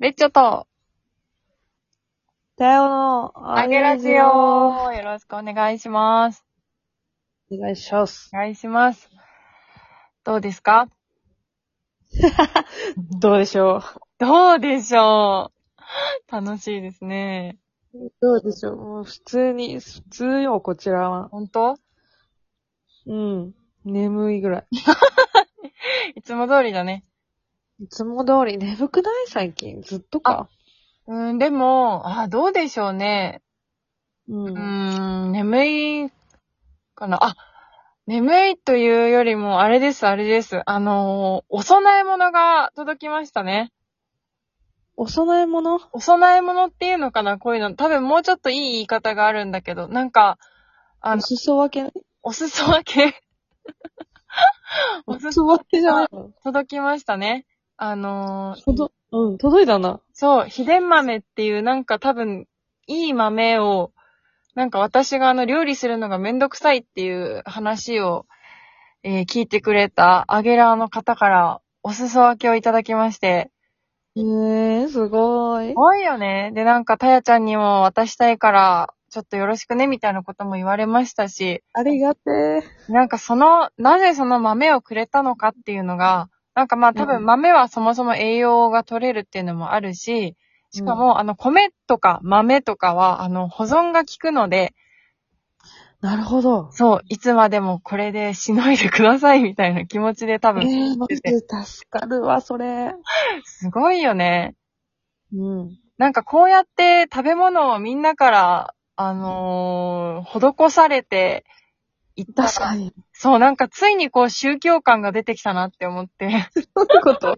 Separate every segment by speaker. Speaker 1: レッチョと、
Speaker 2: さよの、
Speaker 1: あげラジオ
Speaker 2: お
Speaker 1: よろしくお願いします。
Speaker 2: 願いします。
Speaker 1: お願いします。どうですか
Speaker 2: どうでしょ
Speaker 1: どうでしょう楽しいですね。
Speaker 2: うどうでしょうもう普通に、普通よ、こちらは。
Speaker 1: 本当
Speaker 2: うん。眠いぐらい。
Speaker 1: いつも通りだね。
Speaker 2: いつも通り眠くない最近。ずっとか。
Speaker 1: うん、でも、あ、どうでしょうね。
Speaker 2: う。
Speaker 1: うんーん、眠い、かな。あ、眠いというよりも、あれです、あれです。あのーお供え物が届きましたね。
Speaker 2: お供え物
Speaker 1: お供え物っていうのかなこういうの。多分もうちょっといい言い方があるんだけど、なんか、あ
Speaker 2: お
Speaker 1: の、
Speaker 2: 裾分け
Speaker 1: お裾分けお
Speaker 2: お
Speaker 1: 裾
Speaker 2: 裾分けじゃないの
Speaker 1: 届きましたね。あのー
Speaker 2: ほど、うん、届いたな。
Speaker 1: そう、秘伝豆っていうなんか多分、いい豆を、なんか私があの料理するのがめんどくさいっていう話を、えー聞いてくれたアゲラーの方からお裾分けをいただきまして。
Speaker 2: えー、すごい
Speaker 1: す。ごいよね。で、なんかたやちゃんにも渡したいから、ちょっとよろしくねみたいなことも言われましたし、
Speaker 2: ありがてえ。
Speaker 1: なんかその、なぜその豆をくれたのかっていうのが、なんかまあ多
Speaker 2: う
Speaker 1: 分
Speaker 2: ん
Speaker 1: 豆はそもそも栄養が取れるっていうのもあるし、しかもあの米とか豆とかはあの保存が効くので、
Speaker 2: なるほど。
Speaker 1: そう、いつまでもこれでしのいでくださいみたいな気持ちで多
Speaker 2: え
Speaker 1: 分、
Speaker 2: ー、マジ助かるわ、それ。
Speaker 1: すごいよね。
Speaker 2: うん。
Speaker 1: なんかこうやって食べ物をみんなから、あのー施されていったら
Speaker 2: 確か に。
Speaker 1: そう、なんかついにこう宗教感が出てきたなって思って。
Speaker 2: どういうこと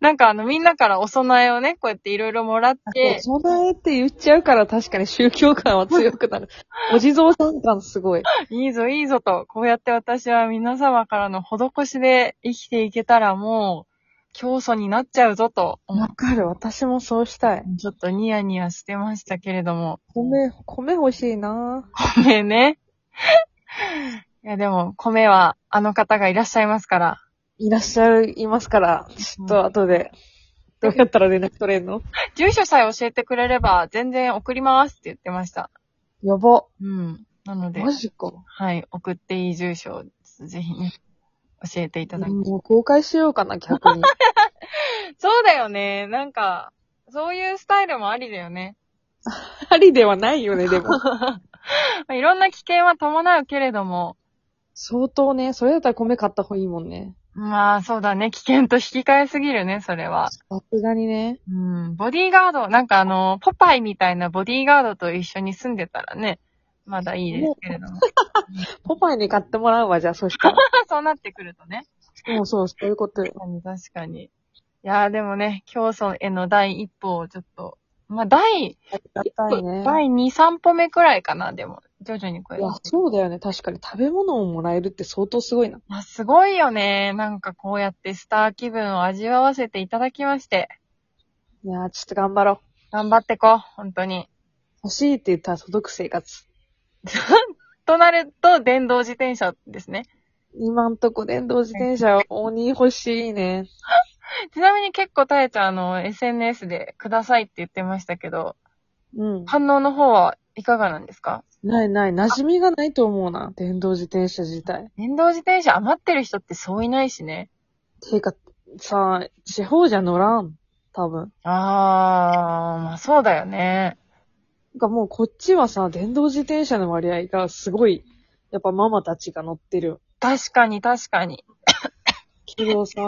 Speaker 1: なんかあの、みんなからお供えをね、こうやっていろいろもらって、
Speaker 2: お供えって言っちゃうから確かに宗教感は強くな る。お地蔵さん感すごい。
Speaker 1: いいぞいいぞと、こうやって私は皆様からの施しで生きていけたらもう、教祖になっちゃうぞと思
Speaker 2: わ
Speaker 1: っ
Speaker 2: かる。私もそうしたい。
Speaker 1: て、ちょっとニヤニヤしてましたけれども、
Speaker 2: 米、米欲しいな
Speaker 1: 米ね。 いやでも、米はあの方がいらっしゃいますから、
Speaker 2: いらっしゃいますから、ちょっと後で、どうやったら連絡取れんの
Speaker 1: 住所さえ教えてくれれば全然送りますって言ってました。
Speaker 2: やば。
Speaker 1: うん。なので
Speaker 2: マ、ジか。
Speaker 1: はい、送っていい住所をぜひね、教えていただき
Speaker 2: もう公開しようかな、逆に。
Speaker 1: そうだよね。なんか、そういうスタイルもありだよね。
Speaker 2: ありではないよね、でも。
Speaker 1: まあいろんな危険は伴うけれども、
Speaker 2: 相当ね、それだったら米買った方がいいもんね。
Speaker 1: まあそうだね。危険と引き換えすぎるね、それは。
Speaker 2: さすがにね。
Speaker 1: うん。ボディーガード、なんかあの、ポパイみたいなボディーガードと一緒に住んでたらね、まだいいですけれども。
Speaker 2: ポパイに買ってもらうわ、じゃあ、そしたら。
Speaker 1: そうなってくるとね。
Speaker 2: もう そう、そういうことよ。
Speaker 1: 確かに。いやーでもね、競争への第一歩をちょっと、まあ第、
Speaker 2: ありがたいね。
Speaker 1: 第2、3歩目くらいかな、でも。徐々にこれ
Speaker 2: い。や、そうだよね。確かに食べ物をもらえるって相当すごいな。
Speaker 1: まあ、すごいよね。なんかこうやってスター気分を味わわせていただきまして。
Speaker 2: いやー、ちょっと頑張ろう。
Speaker 1: 頑張ってこう、本当に。
Speaker 2: 欲しいって言ったら届く生活。
Speaker 1: となると、電動自転車ですね。
Speaker 2: 今んとこ電動自転車は鬼欲しいね。
Speaker 1: ちなみに結構たえちゃん、あの、SNS でくださいって言ってましたけど、
Speaker 2: うん。
Speaker 1: 反応の方はいかがなんですか
Speaker 2: ないない、馴染みがないと思うな。電動自転車自体。
Speaker 1: 電動自転車余ってる人ってそういないしね。
Speaker 2: ていうか、さあ、地方じゃ乗らん。多分。
Speaker 1: あー、まあそうだよね。
Speaker 2: なんかもうこっちはさ、電動自転車の割合がすごい、やっぱママたちが乗ってる。
Speaker 1: 確かに確かに。
Speaker 2: けどさ、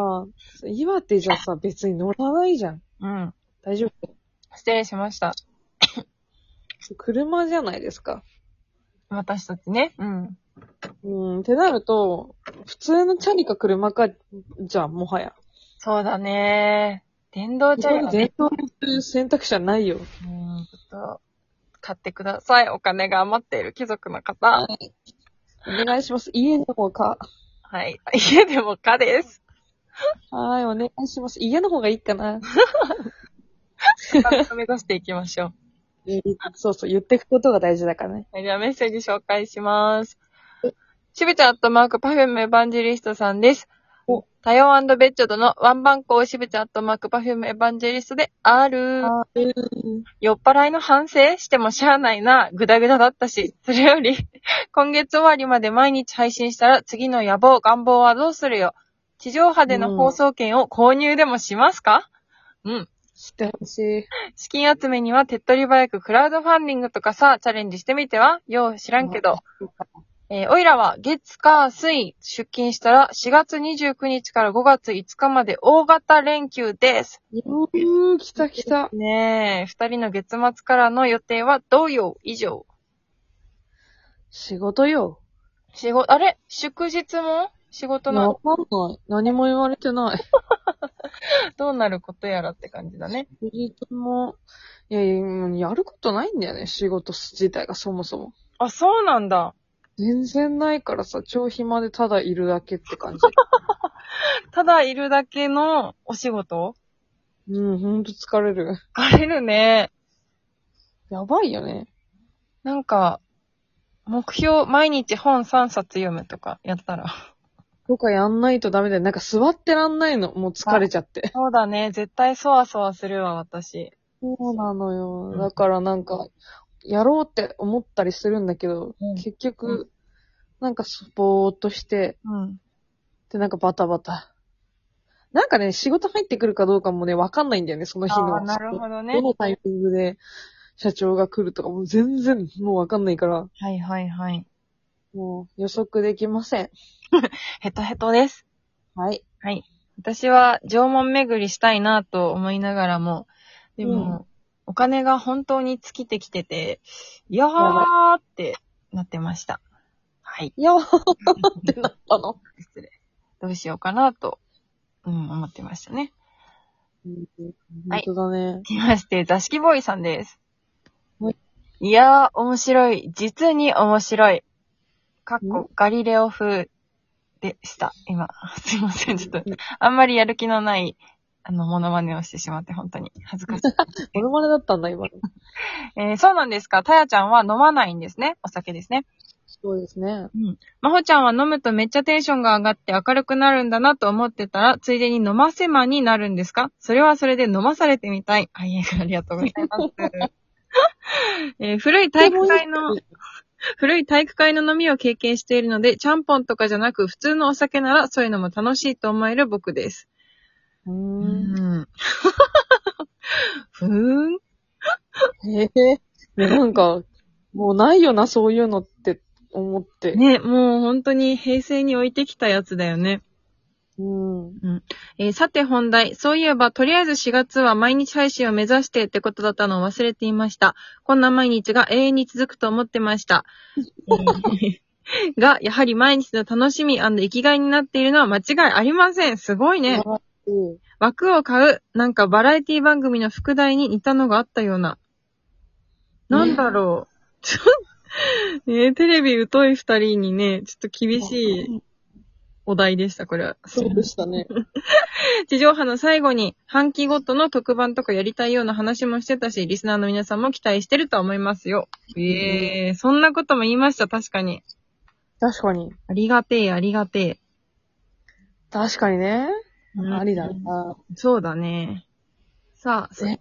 Speaker 2: 岩手じゃさ、別に乗らないじゃん。
Speaker 1: うん。
Speaker 2: 大丈夫
Speaker 1: 失礼しました。
Speaker 2: 車じゃないですか。
Speaker 1: 私たちね。うん。
Speaker 2: うん、ってなると、普通のチャリか車か、じゃん、もはや。
Speaker 1: そうだね。電動チャリはね
Speaker 2: 全動にする選択肢はないよ。
Speaker 1: うーん、ちょっと、買ってください。お金が余っている貴族の方。
Speaker 2: お願いします。家の方か。
Speaker 1: はい。 家でもかです。
Speaker 2: はーい、お願いします。家の方がいいかな。
Speaker 1: 目指していきましょう。
Speaker 2: そうそう、言っていくことが大事だからね。
Speaker 1: はい、ではメッセージ紹介します。しぶちゃんとマークパフェムエヴァンジェリストさんです
Speaker 2: お。
Speaker 1: タヨンベッチョとのワンバンコーしぶちアットマークパフュームエヴァンジェリストである。酔っ払いの反省してもしゃあないな、ぐだぐだだったし、 それより、今月終わりまで毎日配信したら次の野望、願望はどうするよ。地上波での放送権を購入でもしますか、 うん。
Speaker 2: してほしい。
Speaker 1: 資金集めには手っ取り早くクラウドファンディングとかさ、チャレンジしてみてはよう知らんけど。えーおいらは月、火、水、出勤したら4月29日から5月5日まで大型連休です。
Speaker 2: うー、来た来た。
Speaker 1: ねえ、二人の月末からの予定は同様以上。
Speaker 2: 仕事よ。
Speaker 1: 仕事、あれ祝日も仕事な
Speaker 2: わ
Speaker 1: の
Speaker 2: かんない。何も言われてない。
Speaker 1: どうなることやらって感じだね。
Speaker 2: 仕事も、いやいや、うんやることないんだよね、仕事自体がそもそも。
Speaker 1: あ、そうなんだ。
Speaker 2: 全然ないからさ、超暇でただいるだけっ て感じ。
Speaker 1: ただいるだけのお仕事
Speaker 2: うん、ほんと疲れる。
Speaker 1: 疲れるね。
Speaker 2: やばいよね。
Speaker 1: なんか、目標、毎日本3冊読むとかやったら。
Speaker 2: とかやんないとダメだよ。なんか座ってらんないの。もう疲れちゃって。
Speaker 1: そうだね。絶対そわそわするわ、私。
Speaker 2: そうなのよ
Speaker 1: うん
Speaker 2: だからなんか、やろうって思ったりするんだけど、
Speaker 1: うん
Speaker 2: 結局、なんかスポーっとして、
Speaker 1: うん。
Speaker 2: で、なんかバタバタ。なんかね、仕事入ってくるかどうかもね、わかんないんだよね、その日
Speaker 1: あ
Speaker 2: の。
Speaker 1: あ、なるほどね
Speaker 2: ど。のタイミングで社長が来るとかも全然もうわかんないから、
Speaker 1: はいはいはい。
Speaker 2: もう予測できません。
Speaker 1: ヘトヘトです。
Speaker 2: はい。
Speaker 1: はい。私は縄文巡りしたいなと思いながらも、でも、お金が本当に尽きてきてて、いやーってなってました。はい。
Speaker 2: い やー ってなったの。
Speaker 1: 失礼。どうしようかなと、うん、思ってましたね。
Speaker 2: 本
Speaker 1: はい
Speaker 2: 当だね。
Speaker 1: 続きまして、座敷ボーイさんです。
Speaker 2: はい
Speaker 1: い、やー、面白い。実に面白い。かっ
Speaker 2: う
Speaker 1: こ、ガリレオ風でした。今、 すいません。ちょっと、あんまりやる気のない、あの、モノマネをしてしまって、本当に恥ずかしい。
Speaker 2: モノマネだったんだ、今の。
Speaker 1: えーそうなんですか。たやちゃんは飲まないんですね。お酒ですね。
Speaker 2: そうですね。
Speaker 1: まほちゃんは飲むとめっちゃテンションが上がって明るくなるんだなと思ってたら、ついでに飲ませまになるんですかそれはそれで飲まされてみたい。はい、えありがとうございます。 えー古い体育会の、古い体育会の飲みを経験しているので、ちゃんぽんとかじゃなく普通のお酒ならそういうのも楽しいと思える僕です。
Speaker 2: うー。
Speaker 1: うんん。ふーん。
Speaker 2: へえ。ねなんか、もうないよな、そういうのって思って。
Speaker 1: ね、もう本当に平成に置いてきたやつだよね。
Speaker 2: うん。
Speaker 1: えーさて本題。そういえば、とりあえず4月は毎日配信を目指してってことだったのを忘れていました。こんな毎日が永遠に続くと思ってました。えー が、やはり毎日の楽しみ生きがいになっているのは間違いありません。すごいね。
Speaker 2: うん。
Speaker 1: 枠を買う。なんかバラエティ番組の副題に似たのがあったような。なんだろう。ちょっと、 ねテレビ疎い二人にね、ちょっと厳しいお題でした、これは。
Speaker 2: そうでしたね。
Speaker 1: 地上波の最後に、半期ごとの特番とかやりたいような話もしてたし、リスナーの皆さんも期待してると思いますよ。ええー、そんなことも言いました、確かに。
Speaker 2: 確かに。
Speaker 1: ありがてえ、ありがて
Speaker 2: 確かにね。
Speaker 1: え。
Speaker 2: ありだな。
Speaker 1: そうだね。さあ、そ
Speaker 2: ね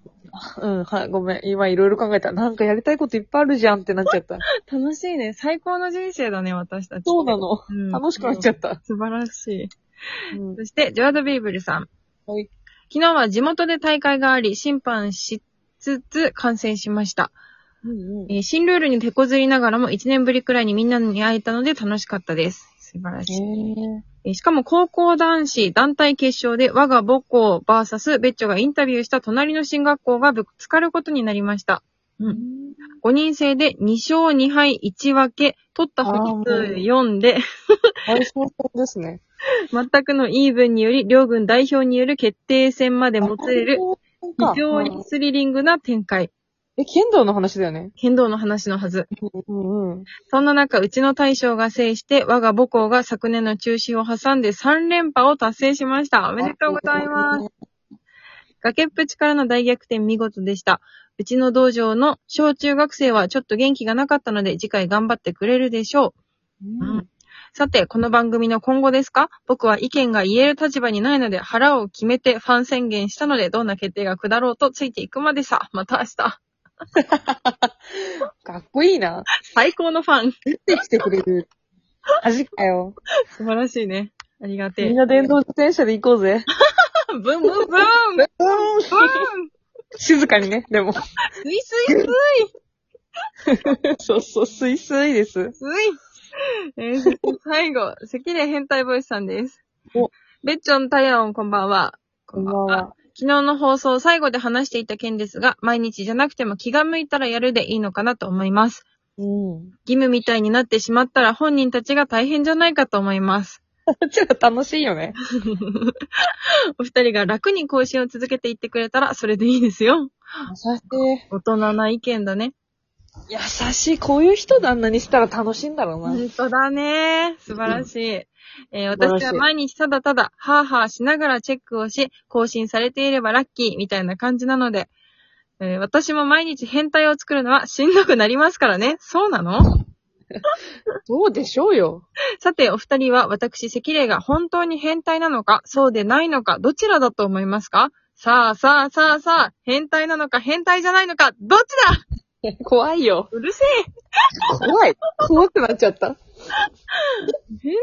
Speaker 2: うん、はい、ごめん。今いろいろ考えた。なんかやりたいこといっぱいあるじゃんってなっちゃった。
Speaker 1: 楽しいね。最高の人生だね、私たち。
Speaker 2: そうなの。
Speaker 1: うん
Speaker 2: 楽しくなっちゃった。
Speaker 1: 素晴らしい。
Speaker 2: うん。
Speaker 1: そして、ジョアド・ビーブルさん。
Speaker 2: はい。
Speaker 1: 昨日は地元で大会があり、審判しつつ観戦しました。
Speaker 2: うんうん。
Speaker 1: えー新ルールに手こずりながらも1年ぶりくらいにみんなに会えたので楽しかったです。素晴らしい。
Speaker 2: へ
Speaker 1: えーしかも高校男子団体決勝で我が母校 VS ベッチョがインタビューした隣の進学校がぶつかることになりました。う
Speaker 2: え
Speaker 1: ん。5人制で2勝2敗1分け、取った
Speaker 2: あーも
Speaker 1: 本
Speaker 2: う
Speaker 1: 数4で、
Speaker 2: 大勝戦ですね。
Speaker 1: 全くのイーブンにより両軍代表による決定戦までもつれる、非
Speaker 2: あ。
Speaker 1: 常
Speaker 2: うん
Speaker 1: にスリリングな展開。
Speaker 2: え、剣道の話だよね。
Speaker 1: 剣道の話のはず。
Speaker 2: うんうん。
Speaker 1: そんな中、うちの大将が制して、我が母校が昨年の中止を挟んで3連覇を達成しました。お
Speaker 2: お
Speaker 1: めでとうございます。。崖っぷちからの大逆転見事でした。うちの道場の小中学生はちょっと元気がなかったので、次回頑張ってくれるでしょう。
Speaker 2: うん。
Speaker 1: さて、この番組の今後ですか僕は意見が言える立場にないので腹を決めてファン宣言したので、どんな決定が下ろうとついていくまでさ。また明日。
Speaker 2: かっこいいな。
Speaker 1: 最高のファン。
Speaker 2: 出てきてくれる。恥かよ。
Speaker 1: 素晴らしいね。ありがてえ。
Speaker 2: みんな電動自転車で行こうぜ。
Speaker 1: ブンブンブンブン
Speaker 2: 静かにね、でも。
Speaker 1: スイスイスイ
Speaker 2: そうそう、すいすいです。
Speaker 1: うい。えー、そして最後、関根変態ボイスさんです。
Speaker 2: お
Speaker 1: ベッチョンタイヤオンこんばんは。
Speaker 2: こんばんは。
Speaker 1: 昨日の放送最後で話していた件ですが、毎日じゃなくても気が向いたらやるでいいのかなと思います。
Speaker 2: うん。
Speaker 1: 義務みたいになってしまったら本人たちが大変じゃないかと思います。
Speaker 2: こっちが楽しいよね。
Speaker 1: お二人が楽に更新を続けていってくれたらそれでいいですよ。
Speaker 2: 優しい。
Speaker 1: 大人な意見だね。
Speaker 2: 優しい。こういう人旦那にしたら楽しいんだろうな。
Speaker 1: 本当だね。素晴らしい。えー
Speaker 2: 素晴ら
Speaker 1: 私
Speaker 2: しい
Speaker 1: は毎日ただただ、ハーハーしながらチェックをし、更新されていればラッキーみたいな感じなので、えー私も毎日変態を作るのはしんどくなりますからね。そうなの
Speaker 2: どうでしょうよ。
Speaker 1: さて、お二人は私、関麗が本当に変態なのか、そうでないのか、どちらだと思いますかさあさあさあさあ、変態なのか変態じゃないのか、どっちだ
Speaker 2: 怖いよ。
Speaker 1: うるせえ
Speaker 2: 怖い。怖くなっちゃった。
Speaker 1: 変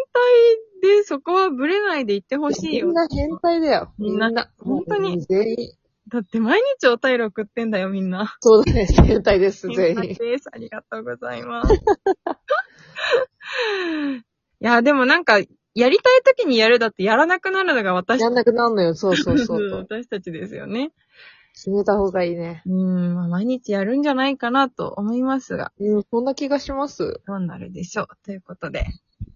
Speaker 1: 態でそこはブレないで言ってほしい
Speaker 2: み
Speaker 1: よ
Speaker 2: ん。な変態だよ。
Speaker 1: みんな
Speaker 2: もう
Speaker 1: 本当に
Speaker 2: 全員。
Speaker 1: だって毎日お便り送ってんだよ、みんな。
Speaker 2: そうだね。変態です、全
Speaker 1: 先輩
Speaker 2: 員。
Speaker 1: です。ありがとうございます。 いや、でもなんか、やりたい時にやるだってやらなくなるのが私。
Speaker 2: やんなくなんのよ。そうそうそううん
Speaker 1: 私たちですよね。
Speaker 2: 決めた方がいいね。
Speaker 1: うん、まあ毎日やるんじゃないかなと思いますが、
Speaker 2: うん、そんな気がします。
Speaker 1: どうなるでしょう。ということで。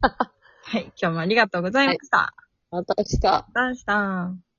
Speaker 1: はい、今日もありがとうございました。
Speaker 2: また明日。
Speaker 1: また明日。